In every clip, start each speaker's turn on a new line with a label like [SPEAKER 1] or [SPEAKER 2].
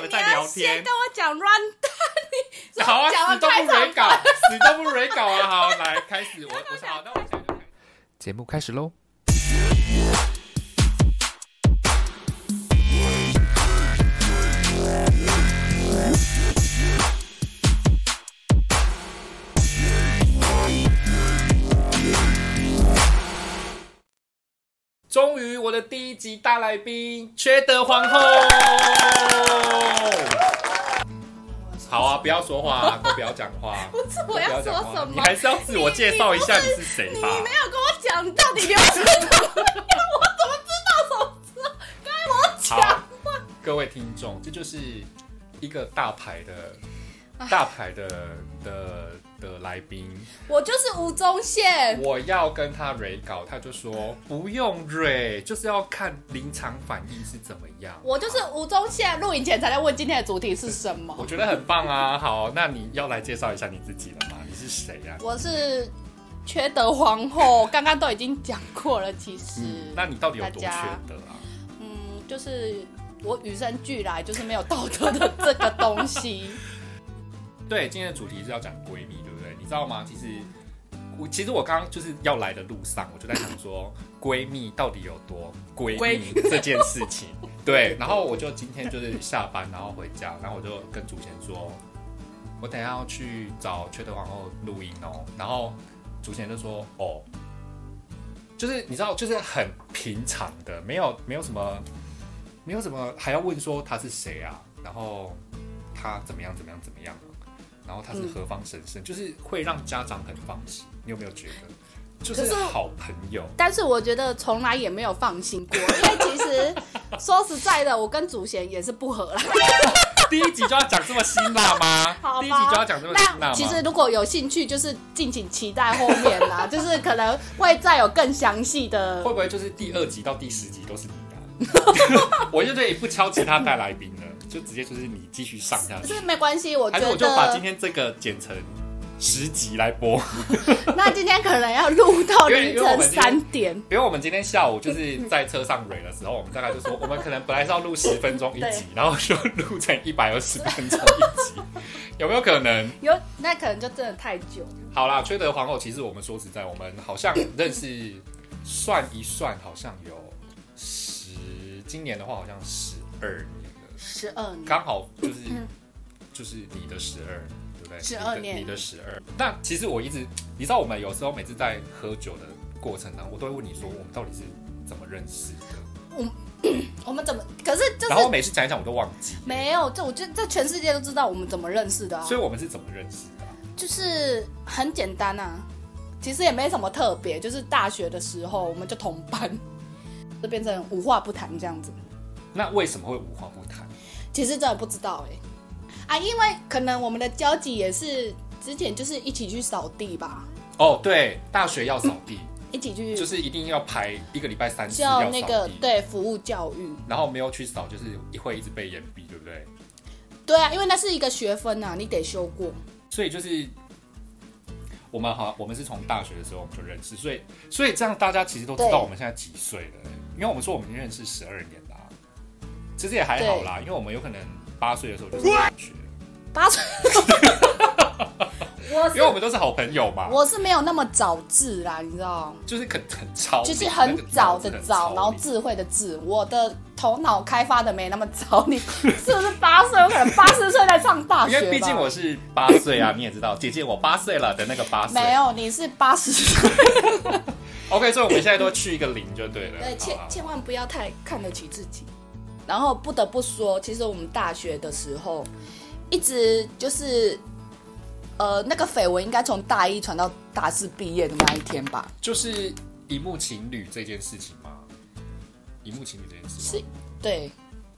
[SPEAKER 1] 们在聊
[SPEAKER 2] 先
[SPEAKER 1] 天
[SPEAKER 2] 跟。我讲 run down，
[SPEAKER 1] 好啊，
[SPEAKER 2] 讲
[SPEAKER 1] 死
[SPEAKER 2] 完
[SPEAKER 1] 都
[SPEAKER 2] 开
[SPEAKER 1] 不
[SPEAKER 2] 场
[SPEAKER 1] 蕊
[SPEAKER 2] 白
[SPEAKER 1] 稿， 死都不蕊稿啊！好，来开始，我我
[SPEAKER 2] 我
[SPEAKER 1] 是
[SPEAKER 2] 讲
[SPEAKER 1] 好，那我现在就开始节目开始喽。终于，我的第一集大来宾，缺德皇后。好啊，不要说话、 啊，都不要讲话。
[SPEAKER 2] 不是我要说什
[SPEAKER 1] 你
[SPEAKER 2] 么？
[SPEAKER 1] 还是要自我介绍一下你是谁
[SPEAKER 2] 你
[SPEAKER 1] 吧。
[SPEAKER 2] 没有跟我讲到底流程怎 么样，我怎么知道什么时候该我
[SPEAKER 1] 好啊
[SPEAKER 2] 讲？，
[SPEAKER 1] 各位听众，这就是一个大牌的、大牌的的的来宾，
[SPEAKER 2] 我就是吴宗宪，
[SPEAKER 1] 我要跟他蕊稿，他就说不用蕊，就是要看临场反应是怎么样。
[SPEAKER 2] 我就是吴宗宪。录影前才在问今天的主题是什
[SPEAKER 1] 我
[SPEAKER 2] 么。
[SPEAKER 1] 觉得很棒啊！好，那你要来介绍一下你自己了吗？你是谁呀、啊？
[SPEAKER 2] 我是缺德皇后，刚刚都已经讲过了。其实，
[SPEAKER 1] 嗯，那你到底有多缺
[SPEAKER 2] 大家
[SPEAKER 1] 德啊？
[SPEAKER 2] 嗯，就是我与生俱来就是没有道德的这个 东西。
[SPEAKER 1] 对，今天的主题是要讲闺蜜，对不对？你知道吗？其实我其实我刚刚就是要来的路上，我就在想说闺蜜到底有多闺
[SPEAKER 2] 闺
[SPEAKER 1] 蜜这件事情。对，然后我就今天就是下班，然后回家，然后我就跟主持人说，我等一下要去找缺德皇后录音哦。然后主持人就说，哦，就是你知道，就是很平常的，没有没有什么，没有什么还要问说他是谁啊，然后他怎么样怎么样怎么样，然后他是何方神圣，就是会让家长很放心。你有没有觉得？就
[SPEAKER 2] 可
[SPEAKER 1] 是
[SPEAKER 2] 是
[SPEAKER 1] 好朋友，
[SPEAKER 2] 但是我觉得从来也没有放心过，因为其实说实在的，我跟祖贤也是不合啦。
[SPEAKER 1] 第一集就要讲这么辛辣吗？
[SPEAKER 2] 好吧
[SPEAKER 1] 第一集就要讲这么辛辣
[SPEAKER 2] 那
[SPEAKER 1] 吗？
[SPEAKER 2] 其实如果有兴趣，就是敬请期待后面 啦，就是可能会再有更详细的
[SPEAKER 1] 会。不会就是第二集到第十集都是你啊？ 我就对你不敲其他带来宾了，就直接就是你继续上下去
[SPEAKER 2] 是。没关系，我
[SPEAKER 1] 还
[SPEAKER 2] 觉
[SPEAKER 1] 是
[SPEAKER 2] 得
[SPEAKER 1] 我就把今天这个剪成十集来播，
[SPEAKER 2] 那今天可能要录到
[SPEAKER 1] 因为
[SPEAKER 2] 凌
[SPEAKER 1] 因为我
[SPEAKER 2] 晨
[SPEAKER 1] 们今天
[SPEAKER 2] 三点。
[SPEAKER 1] 因为我们今天下午就是在车上蕊的时候，我们大概就说，我们可能本来是要录十分钟一集，然后就录成一百二十分钟一集，有没有可能？
[SPEAKER 2] 有那可能就真的太久，
[SPEAKER 1] 好啦，缺德皇后，其实我们说实在，我们好像认识，算一算好像有十，今年的话好像十二年了，
[SPEAKER 2] 十二年。
[SPEAKER 1] 刚好就是就是你的十二，对不对？
[SPEAKER 2] 12
[SPEAKER 1] 你的
[SPEAKER 2] 年
[SPEAKER 1] 你的嗯十二。那其实我一直，你知道，我们有时候每次在喝酒的过程呢，我都会问你说，我们到底是怎么认识的？
[SPEAKER 2] 我们怎么？可是就
[SPEAKER 1] 然后
[SPEAKER 2] 是
[SPEAKER 1] 我每次讲一讲，我都忘记，
[SPEAKER 2] 没有，这我觉得这全世界都知道我们怎么认识的啊
[SPEAKER 1] 所，以我们是怎么认识的啊、
[SPEAKER 2] 就是很简单啊，其实也没什么特别，就是大学的时候我们就同班，就变成无话不谈这样子。
[SPEAKER 1] 那为什么会无话不谈？
[SPEAKER 2] 其实真的不知道哎、啊，因为可能我们的交集也是之前就是一起去扫地吧，
[SPEAKER 1] 哦，对，大学要扫地，
[SPEAKER 2] 一起去
[SPEAKER 1] 就是一定要排一个礼拜三次要
[SPEAKER 2] 嗯叫
[SPEAKER 1] 扫地。
[SPEAKER 2] 那个对服务教育，
[SPEAKER 1] 然后没有去扫，就是会一直被延毕，对不对？
[SPEAKER 2] 对啊，因为那是一个学分啊，你得修过。
[SPEAKER 1] 所以就是我们好，我们是从大学的时候我们就认识，所以所以这样大家其实都知道
[SPEAKER 2] 对
[SPEAKER 1] 我们现在几岁了、因为我们说我们已经认识十二年啦、其实也还好啦，因为我们有可能八岁的时候就是同学，
[SPEAKER 2] 八岁，我
[SPEAKER 1] 因为我
[SPEAKER 2] 是
[SPEAKER 1] 们都是好朋友嘛，
[SPEAKER 2] 我是没有那么早智啦，你知道。
[SPEAKER 1] 就是很很超龄，
[SPEAKER 2] 就是很早的早，
[SPEAKER 1] 那个
[SPEAKER 2] 然后
[SPEAKER 1] 很超龄
[SPEAKER 2] 智慧的智，我的头脑开发的没那么早。你是不是八岁？有可能八十岁才上大学
[SPEAKER 1] 因
[SPEAKER 2] 吧。
[SPEAKER 1] 为毕竟我是八岁啊， 你也知道，姐姐我八岁了的那个八岁，
[SPEAKER 2] 没有，你是八十岁。
[SPEAKER 1] OK，所以我们现在都去一个零就对了，
[SPEAKER 2] 对，千
[SPEAKER 1] 好啊
[SPEAKER 2] 千万不要太看得起自己。然后不得不说，其实我们大学的时候，一直就是，呃，那个绯闻应该从大一传到大四毕业的那一天吧？
[SPEAKER 1] 就是荧幕情侣这件事情吗？荧幕情侣这件事吗，
[SPEAKER 2] 是，对，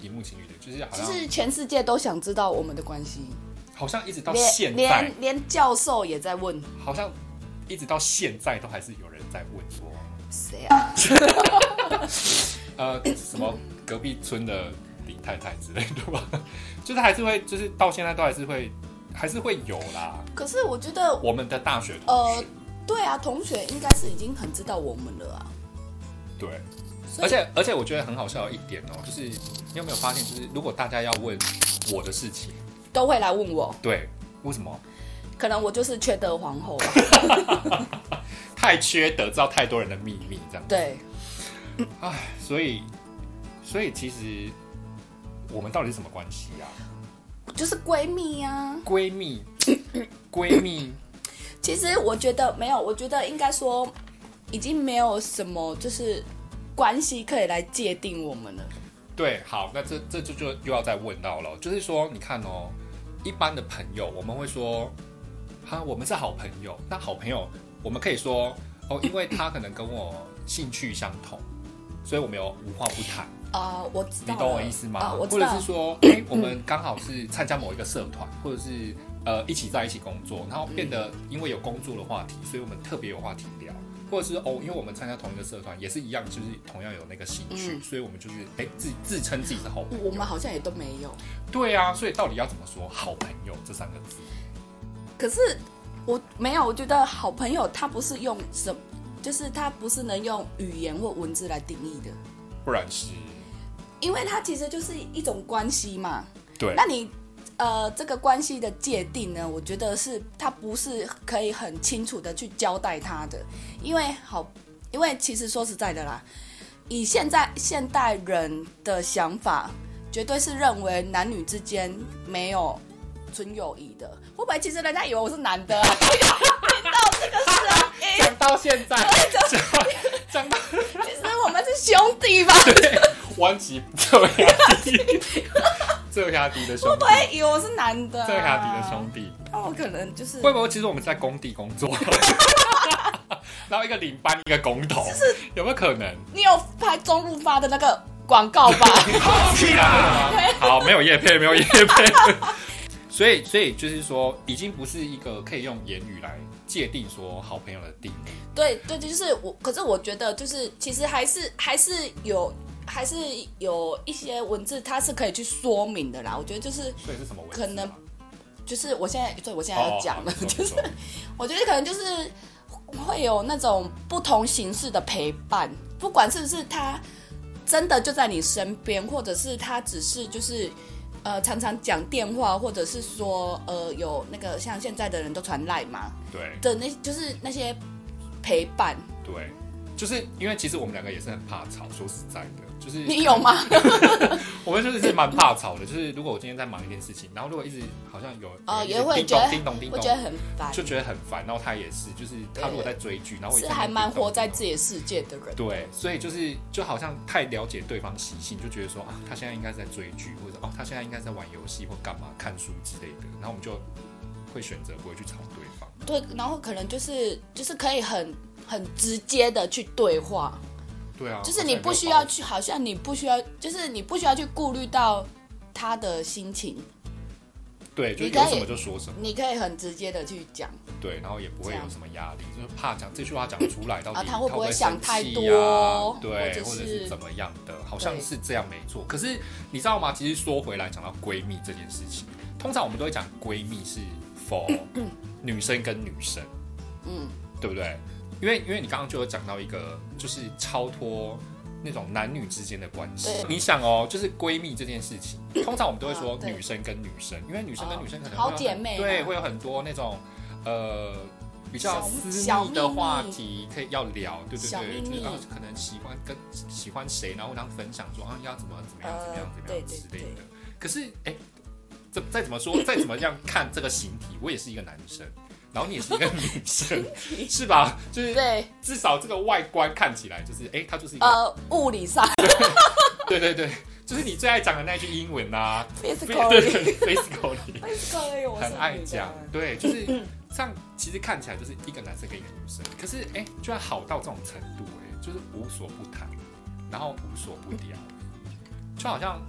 [SPEAKER 1] 荧幕情侣的，就是好
[SPEAKER 2] 就
[SPEAKER 1] 像、
[SPEAKER 2] 是全世界都想知道我们的关系，
[SPEAKER 1] 好像一直到现
[SPEAKER 2] 连
[SPEAKER 1] 在，
[SPEAKER 2] 连连教授也在问
[SPEAKER 1] 好像一直到现在都还是有人在问说，
[SPEAKER 2] 谁啊？
[SPEAKER 1] 呃，什么隔壁村的李太太之类的吧， 就是还是会，就是到现在都还是会，还是会有啦。
[SPEAKER 2] 可是我觉得
[SPEAKER 1] 我们的大学同学，
[SPEAKER 2] 呃，对啊，同学应该是已经很知道我们了啊。
[SPEAKER 1] 对，
[SPEAKER 2] 所以
[SPEAKER 1] 而且而且我觉得很好笑的一点哦、就是你有没有发现，就是如果大家要问我的事情。
[SPEAKER 2] 都会来问我，
[SPEAKER 1] 对，为什么？
[SPEAKER 2] 可能我就是缺德皇后啊吧。
[SPEAKER 1] 太缺德，知道太多人的秘密，这样。
[SPEAKER 2] 对，
[SPEAKER 1] 所以，所以其实我们到底是什么关系啊？
[SPEAKER 2] 就是闺蜜呀、啊。
[SPEAKER 1] 闺蜜， 闺蜜，
[SPEAKER 2] 其实我觉得没有，我觉得应该说已经没有什么就是关系可以来界定我们了。
[SPEAKER 1] 对，好，那这这就就又要再问到了，就是说，你看哦，一般的朋友，我们会说，哈，我们是好朋友。那好朋友，我们可以说，哦，因为他可能跟我兴趣相同，所以我们有无话不谈，
[SPEAKER 2] 啊、我知道
[SPEAKER 1] 你
[SPEAKER 2] 了，
[SPEAKER 1] 懂哦我意思吗？
[SPEAKER 2] 啊，我
[SPEAKER 1] 或
[SPEAKER 2] 知
[SPEAKER 1] 者
[SPEAKER 2] 道
[SPEAKER 1] 是。说，哎，我们刚好是参加某一个社团， 或者是呃一起在一起工作，然后变得因为有工作的话题，所以我们特别有话题聊。或者是哦，因为我们参加同一个社团，也是一样，就是同样有那个兴趣，
[SPEAKER 2] 嗯
[SPEAKER 1] 所以我们就是哎自自称自己是好朋友。
[SPEAKER 2] 我们好像也都没有，
[SPEAKER 1] 对啊，所以到底要怎么说“好朋友”这三个字？
[SPEAKER 2] 可是我没有，我觉得好朋友他不是用什，就是他不是能用语言或文字来定义的，
[SPEAKER 1] 不然是
[SPEAKER 2] 因为他其实就是一种关系嘛。
[SPEAKER 1] 对
[SPEAKER 2] 那你呃，这个关系的界定呢，我觉得是它不是可以很清楚的去交代它的，因为好，因为其实说实在的啦，以现在现代人的想法，绝对是认为男女之间没有纯友谊的。会不会其实人家以为我是男的、啊？ 听到这个声音，
[SPEAKER 1] 讲到现在，讲讲到
[SPEAKER 2] 其实我们是兄弟吧？
[SPEAKER 1] 弯起 这下弟， 这下弟的兄
[SPEAKER 2] 会不
[SPEAKER 1] 弟，
[SPEAKER 2] 会以为我是男的、啊？
[SPEAKER 1] 这下弟的兄弟，
[SPEAKER 2] 那我可能就是
[SPEAKER 1] 会不会其实我们在工地工作？ 然后一个领班，一个工头，有没有可能？
[SPEAKER 2] 你有拍中路发的那个广告吧？
[SPEAKER 1] 屁啦！ 好，没有叶配，没有叶配。 所以，所以就是说，已经不是一个可以用言语来界定说好朋友的定义。
[SPEAKER 2] 对对，就是我。可是我觉得，就是其实还是还是有，还是有一些文字它是可以去说明的啦。我觉得就是
[SPEAKER 1] 所以是什么文字
[SPEAKER 2] 可能
[SPEAKER 1] 啊
[SPEAKER 2] 就是我现在，对我现在要讲了，
[SPEAKER 1] 哦好你说
[SPEAKER 2] 就
[SPEAKER 1] 你
[SPEAKER 2] 是
[SPEAKER 1] 说
[SPEAKER 2] 我觉得可能就是会有那种不同形式的陪伴，不管是不是他真的就在你身边，或者是他只是就是呃常常讲电话，或者是说呃有那个像现在的人都传赖嘛
[SPEAKER 1] 对
[SPEAKER 2] 的那，就是那些陪伴，
[SPEAKER 1] 对，就是因为其实我们两个也是很怕吵，说实在的，就是
[SPEAKER 2] 你有吗？
[SPEAKER 1] 我们就是蛮怕吵的，就是如果我今天在忙一件事情，然后如果一直好像有
[SPEAKER 2] 哦
[SPEAKER 1] 有一直
[SPEAKER 2] 也会
[SPEAKER 1] 叮
[SPEAKER 2] 觉得
[SPEAKER 1] 咚叮咚叮
[SPEAKER 2] 我觉得
[SPEAKER 1] 咚，
[SPEAKER 2] 很烦，
[SPEAKER 1] 就觉得很烦。然后他也是，就是他如果在追剧，然后我也
[SPEAKER 2] 是
[SPEAKER 1] 在那
[SPEAKER 2] 还
[SPEAKER 1] 边
[SPEAKER 2] 蛮
[SPEAKER 1] 叮咚
[SPEAKER 2] 活在
[SPEAKER 1] 叮
[SPEAKER 2] 自己的世界的人。
[SPEAKER 1] 咚。对，所以就是就好像太了解对方习性，就觉得说啊，他现在应该在追剧，或者哦，他现在应该在玩游戏或干嘛、看书之类的，然后我们就会选择不会去吵对方。
[SPEAKER 2] 对，然后可能就是就是可以很很直接的去对话，
[SPEAKER 1] 对啊，
[SPEAKER 2] 就是
[SPEAKER 1] 好像
[SPEAKER 2] 你
[SPEAKER 1] 也没
[SPEAKER 2] 不
[SPEAKER 1] 有
[SPEAKER 2] 需
[SPEAKER 1] 保
[SPEAKER 2] 要去，好像你不需要，就是你不需要去顾虑到他的心情，
[SPEAKER 1] 对，就
[SPEAKER 2] 你
[SPEAKER 1] 有
[SPEAKER 2] 可以
[SPEAKER 1] 什么就说什么。
[SPEAKER 2] 你可以很直接的去讲
[SPEAKER 1] 对，然后也不会
[SPEAKER 2] 这
[SPEAKER 1] 有
[SPEAKER 2] 样
[SPEAKER 1] 什么压力，就是怕讲这句话讲出来到底、
[SPEAKER 2] 啊他会不
[SPEAKER 1] 不
[SPEAKER 2] 会
[SPEAKER 1] 生
[SPEAKER 2] 想太
[SPEAKER 1] 气
[SPEAKER 2] 多
[SPEAKER 1] 呀对，
[SPEAKER 2] 或者
[SPEAKER 1] 或者
[SPEAKER 2] 是
[SPEAKER 1] 是怎么样的，好像
[SPEAKER 2] 对
[SPEAKER 1] 是这样没错。可是你知道吗？其实说回来，讲到闺蜜这件事情，通常我们都会讲闺蜜 是 for 女生跟女生，
[SPEAKER 2] 嗯，
[SPEAKER 1] 对不对？因为因为你刚刚就有讲到一个，就是超脱那种男女之间的关系
[SPEAKER 2] 对。
[SPEAKER 1] 你想哦，就是闺蜜这件事情，通常我们都会说
[SPEAKER 2] 啊对
[SPEAKER 1] 女生跟女生，因为女生跟女生可能会有
[SPEAKER 2] 哦
[SPEAKER 1] 很
[SPEAKER 2] 好姐妹啊
[SPEAKER 1] 对，会有很多那种呃比较
[SPEAKER 2] 小
[SPEAKER 1] 私
[SPEAKER 2] 小
[SPEAKER 1] 密
[SPEAKER 2] 秘
[SPEAKER 1] 的话
[SPEAKER 2] 密
[SPEAKER 1] 题可以要聊，对对
[SPEAKER 2] 小秘
[SPEAKER 1] 对，就
[SPEAKER 2] 密
[SPEAKER 1] 是啊可能喜欢跟喜欢谁，然后让分享说啊要怎么怎么样怎么样
[SPEAKER 2] 呃
[SPEAKER 1] 怎么样
[SPEAKER 2] 对对
[SPEAKER 1] 之类
[SPEAKER 2] 对
[SPEAKER 1] 的。可是哎，这再怎么 说再怎么样看这个形体，我也是一个男生。然后你也是一个女 生，是吧？就是
[SPEAKER 2] 对，
[SPEAKER 1] 至少这个外观看起来就是，哎、它就是一个，
[SPEAKER 2] 呃，物理上
[SPEAKER 1] 对对对，就是你最爱讲的那句英文 啦、对
[SPEAKER 2] physically
[SPEAKER 1] 对对，physically，
[SPEAKER 2] physically 我是
[SPEAKER 1] 很爱
[SPEAKER 2] 女的
[SPEAKER 1] 讲，对， 就是这样。其实看起来就是一个男生跟一个女生，可是哎、居然好到这种程度、哎，就是无所不谈，然后无所不聊，就好像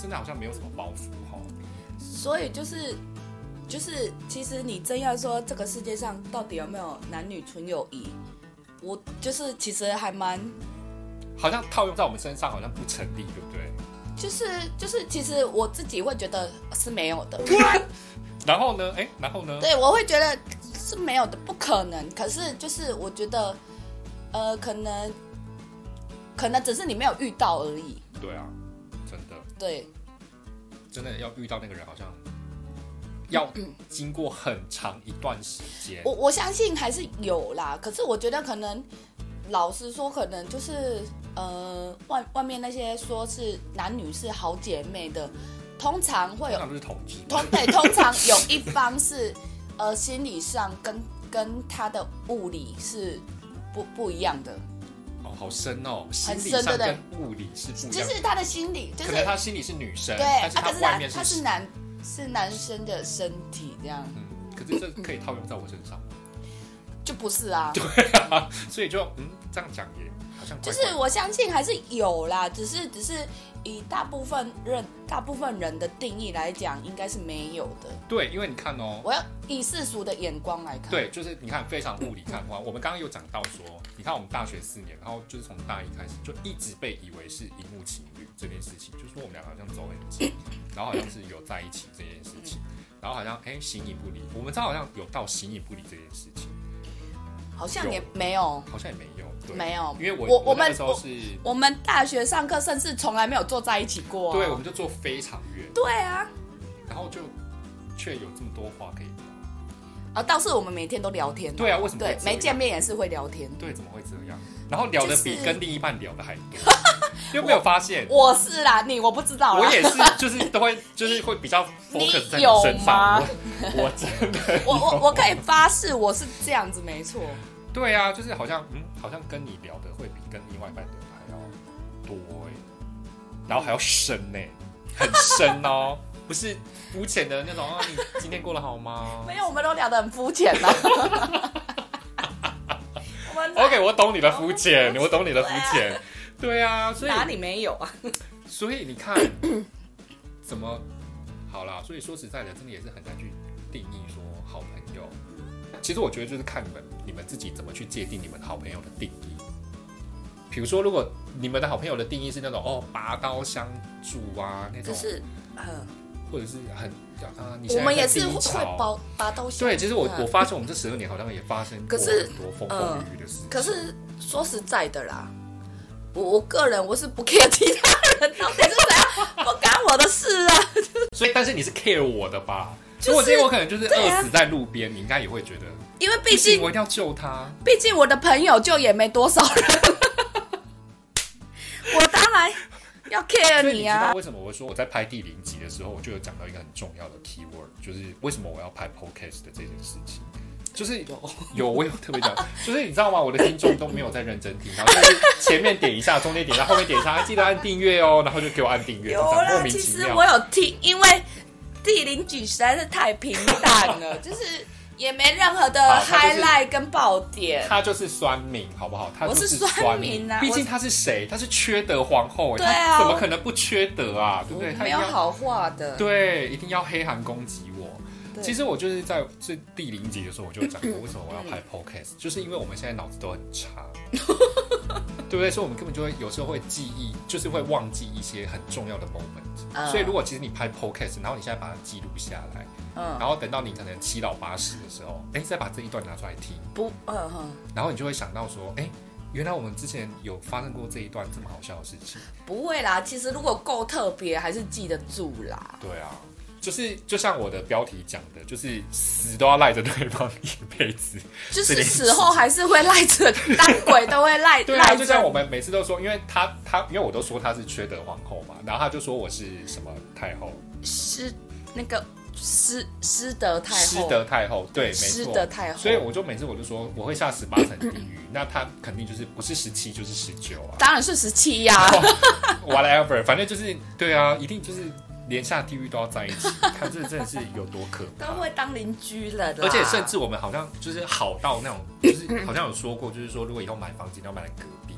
[SPEAKER 1] 真的好像没有什么包袱哈。
[SPEAKER 2] 所以就是就是，其实你真要说这个世界上到底有没有男女纯友谊，我就是其实还蛮
[SPEAKER 1] 好像套用在我们身上好像不成立，对不对？
[SPEAKER 2] 就是就是，其实我自己会觉得是没有的，
[SPEAKER 1] 然后呢，哎、然后呢，
[SPEAKER 2] 对我会觉得是没有的，不可能。可是就是我觉得，呃，可能可能只是你没有遇到而已，
[SPEAKER 1] 对啊，真的，
[SPEAKER 2] 对。
[SPEAKER 1] 真的要遇到那个人，好像要经过很长一段时间。
[SPEAKER 2] 我我相信还是有啦，可是我觉得可能，老实说，可能就是呃，外外面那些说是男女是好姐妹的，通常会
[SPEAKER 1] 通
[SPEAKER 2] 有
[SPEAKER 1] 常都是同志嘛，
[SPEAKER 2] 哎 通对，通常有一方是呃心理上跟跟他的物理是不不一样的，
[SPEAKER 1] 哦，好深哦，心理
[SPEAKER 2] 深
[SPEAKER 1] 上
[SPEAKER 2] 对不对
[SPEAKER 1] 跟物理是不一
[SPEAKER 2] 就
[SPEAKER 1] 样的。
[SPEAKER 2] 是他的心理就是
[SPEAKER 1] 可能他心里是女生，
[SPEAKER 2] 对
[SPEAKER 1] 但，是
[SPEAKER 2] 啊，
[SPEAKER 1] 他
[SPEAKER 2] 可是
[SPEAKER 1] 外
[SPEAKER 2] 他
[SPEAKER 1] 面
[SPEAKER 2] 他是男是男生的身体这样，
[SPEAKER 1] 嗯，可是这可以套用在我身上，
[SPEAKER 2] 就不是啊，
[SPEAKER 1] 所以就嗯，这样讲也好像怪
[SPEAKER 2] 就
[SPEAKER 1] 怪
[SPEAKER 2] 是我相信还是有啦，只是只是以大部分人大部分人的定义来讲，应该是没有的。
[SPEAKER 1] 对，因为你看哦，
[SPEAKER 2] 我要以世俗的眼光来看，，
[SPEAKER 1] 对，就是你看非常物理看的话，我们刚刚有讲到说，你看我们大学四年，然后就是从大一开始就一直被以为是荧幕情侣这件事情，就是说我们俩好像走很近，然后好像是有在一起这件事情，然后好像哎形影不离，我们这好像有到形影不离这件事情，
[SPEAKER 2] 好像
[SPEAKER 1] 有
[SPEAKER 2] 也没有
[SPEAKER 1] 好像也没有，对，
[SPEAKER 2] 没有，
[SPEAKER 1] 因为我
[SPEAKER 2] 我
[SPEAKER 1] 我那
[SPEAKER 2] 们
[SPEAKER 1] 个时候
[SPEAKER 2] 我
[SPEAKER 1] 是，
[SPEAKER 2] 我们大学上课甚至从来没有坐在一起过、哦
[SPEAKER 1] 对，我们就坐非常远，
[SPEAKER 2] 对啊，
[SPEAKER 1] 然后就却有这么多话可以聊。
[SPEAKER 2] 啊，倒是我们每天都聊天，
[SPEAKER 1] 对啊，为什么会
[SPEAKER 2] 对，
[SPEAKER 1] 这
[SPEAKER 2] 没
[SPEAKER 1] 样
[SPEAKER 2] 见面也是会聊天。
[SPEAKER 1] 对，怎么会这样？然后聊的比
[SPEAKER 2] 就是
[SPEAKER 1] 跟另一半聊的还 多，你有没有发现？
[SPEAKER 2] 我是啦，你我啊不知道
[SPEAKER 1] 我
[SPEAKER 2] 啦，
[SPEAKER 1] 也是，就是都会，就是会比较 focus 在你
[SPEAKER 2] 有
[SPEAKER 1] 身上。
[SPEAKER 2] 吗
[SPEAKER 1] 我我真 的，
[SPEAKER 2] 我我我可以发誓我是这样子，没错。
[SPEAKER 1] 对啊，就是好像，嗯，好像跟你聊的会比跟另外一半聊的还要多哎、然后还要深呢、很深 哦，不是肤浅的那种啊。你今天过得好 吗
[SPEAKER 2] 没有，我们都聊得很肤浅 啦。我们哪
[SPEAKER 1] ？OK，我懂你的肤浅，
[SPEAKER 2] 哦
[SPEAKER 1] 我懂你的肤浅。对啊，所以
[SPEAKER 2] 哪里没有啊？
[SPEAKER 1] 所以你 看，怎么好啦？所以说实在的，真的也是很难去定义说好朋友。其实我觉得就是看你们你们自己怎么去界定你们好朋友的定义。比如说，如果你们的好朋友的定义是那种哦拔刀相助啊那
[SPEAKER 2] 可
[SPEAKER 1] 种，
[SPEAKER 2] 是，呃，
[SPEAKER 1] 或者是很啊，你现
[SPEAKER 2] 我
[SPEAKER 1] 在
[SPEAKER 2] 们
[SPEAKER 1] 在
[SPEAKER 2] 也是
[SPEAKER 1] 低
[SPEAKER 2] 会
[SPEAKER 1] 潮
[SPEAKER 2] 会拔拔刀相
[SPEAKER 1] 对，其实我
[SPEAKER 2] 啊
[SPEAKER 1] 我发现我们这十二年好像也发生过
[SPEAKER 2] 可是呃
[SPEAKER 1] 很多风风雨雨的事情。
[SPEAKER 2] 可是说实在的啦，我我个人我是不 care 其他人到底是怎样，不干我的事啊。
[SPEAKER 1] 所以但是你是 care 我的吧？
[SPEAKER 2] 就是
[SPEAKER 1] 如果今天我可能就是
[SPEAKER 2] 对啊
[SPEAKER 1] 饿死在路边，你应该也会觉得，
[SPEAKER 2] 因为
[SPEAKER 1] 不
[SPEAKER 2] 毕
[SPEAKER 1] 行，
[SPEAKER 2] 竟
[SPEAKER 1] 我一定要救他。
[SPEAKER 2] 毕竟我的朋友就也没多少人， 我当然要 care
[SPEAKER 1] 所以你
[SPEAKER 2] 你
[SPEAKER 1] 知道
[SPEAKER 2] 啊。
[SPEAKER 1] 为什么我说我在拍第零集的时候，我就有讲到一个很重要的 keyword，就是为什么我要拍 podcast 的这件事情。就是有我有特别讲， 就是你知道吗？我的听众都没有在认真听，然后就是前面点一下，中间点一下，后面点一下，啊记得按订阅哦，然后就给我按订阅，
[SPEAKER 2] 有
[SPEAKER 1] 就这样莫
[SPEAKER 2] 啦，
[SPEAKER 1] 名
[SPEAKER 2] 其
[SPEAKER 1] 其
[SPEAKER 2] 实
[SPEAKER 1] 妙
[SPEAKER 2] 我。有听，因为地灵举实在是太平 淡了，就是也没任何的
[SPEAKER 1] 好他就是
[SPEAKER 2] highlight 跟爆点。
[SPEAKER 1] 他就是酸民，好不好？他就
[SPEAKER 2] 我是
[SPEAKER 1] 酸
[SPEAKER 2] 酸民啊
[SPEAKER 1] 毕竟
[SPEAKER 2] 我
[SPEAKER 1] 他是谁？他是缺德皇后，
[SPEAKER 2] 对
[SPEAKER 1] 哎
[SPEAKER 2] 啊
[SPEAKER 1] 他怎么可能不缺德啊？对不对？他
[SPEAKER 2] 没
[SPEAKER 1] 一
[SPEAKER 2] 有
[SPEAKER 1] 定要
[SPEAKER 2] 好话的，
[SPEAKER 1] 对，一定要黑函攻击我。
[SPEAKER 2] 对
[SPEAKER 1] 其实我就是在这第零集的时候，我就讲过为什么我要拍
[SPEAKER 2] 嗯
[SPEAKER 1] podcast，就是因为我们现在脑子都很 差，对不对？所以我们根本就会有时候会记忆，就是会忘记一些很重要的 moment。
[SPEAKER 2] 嗯
[SPEAKER 1] 所以如果其实你拍 podcast，然后你现在把它记录下来，
[SPEAKER 2] 嗯，
[SPEAKER 1] 然后等到你可能七老八十的时候，哎，再把这一段拿出来听，
[SPEAKER 2] 不，嗯哼，
[SPEAKER 1] 然后你就会想到说，哎，原来我们之前有发生过这一段这么好笑的事情。
[SPEAKER 2] 不会啦。其实如果够特别，还是记得住啦。
[SPEAKER 1] 对啊，就是就像我的标题讲的，就是死都要赖着对方一辈 子。
[SPEAKER 2] 就是死后还是会赖着， 当鬼都会赖
[SPEAKER 1] 对啊，
[SPEAKER 2] 赖
[SPEAKER 1] 就像我
[SPEAKER 2] 着。
[SPEAKER 1] 们每次都说，因为他他因为我都说他是缺德皇后嘛，然后他就说我是什么太后，
[SPEAKER 2] 失那个失失德太
[SPEAKER 1] 失
[SPEAKER 2] 后，
[SPEAKER 1] 德太后，对，没
[SPEAKER 2] 失
[SPEAKER 1] 错，
[SPEAKER 2] 德太后
[SPEAKER 1] 所以我就每次我就说我会下十八层地 狱，那他肯定就是不是十七就是十九啊
[SPEAKER 2] 当然是十七呀。
[SPEAKER 1] ，whatever，反正就是对啊，一定就是连下地狱都要在一起，看这真的是有多可
[SPEAKER 2] 都
[SPEAKER 1] 怕。
[SPEAKER 2] 会当邻居了啦，
[SPEAKER 1] 而且甚至我们好像就是好到 那种，就是好像有说过，就是说如果以后买房子一定要买在隔壁，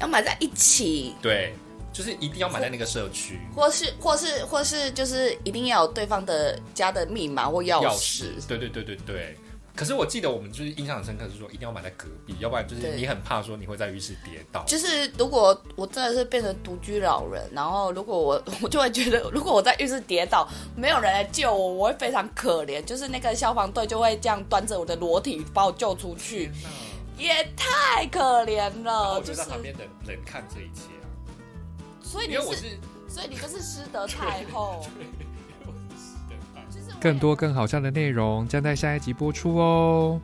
[SPEAKER 2] 要买在一起，
[SPEAKER 1] 对，就是一定要买在那个社区。
[SPEAKER 2] 或是或是或是就是一定要有对方的家的密码或钥匙。，
[SPEAKER 1] 对对对对对。可是我记得我们就是印象很深刻，是说一定要买在隔壁，要不然就是
[SPEAKER 2] 对
[SPEAKER 1] 你很怕说你会在浴室跌倒。
[SPEAKER 2] 就是如果我真的是变成独居老人，然后如果我 我就会觉得，如果我在浴室跌倒，没有人来救我，我会非常可怜。就是那个消防队就会这样端着我的裸体把我救出去，也太可怜
[SPEAKER 1] 然后
[SPEAKER 2] 了。
[SPEAKER 1] 我
[SPEAKER 2] 呃就
[SPEAKER 1] 就是在，旁边等人看这一切啊，
[SPEAKER 2] 所以
[SPEAKER 1] 因
[SPEAKER 2] 你
[SPEAKER 1] 为我
[SPEAKER 2] 是
[SPEAKER 1] 是
[SPEAKER 2] 所以你就是师德太 后。
[SPEAKER 3] 我是死的饭。
[SPEAKER 2] 就是我也
[SPEAKER 1] 更多更好笑的内容将在下一集播出哦。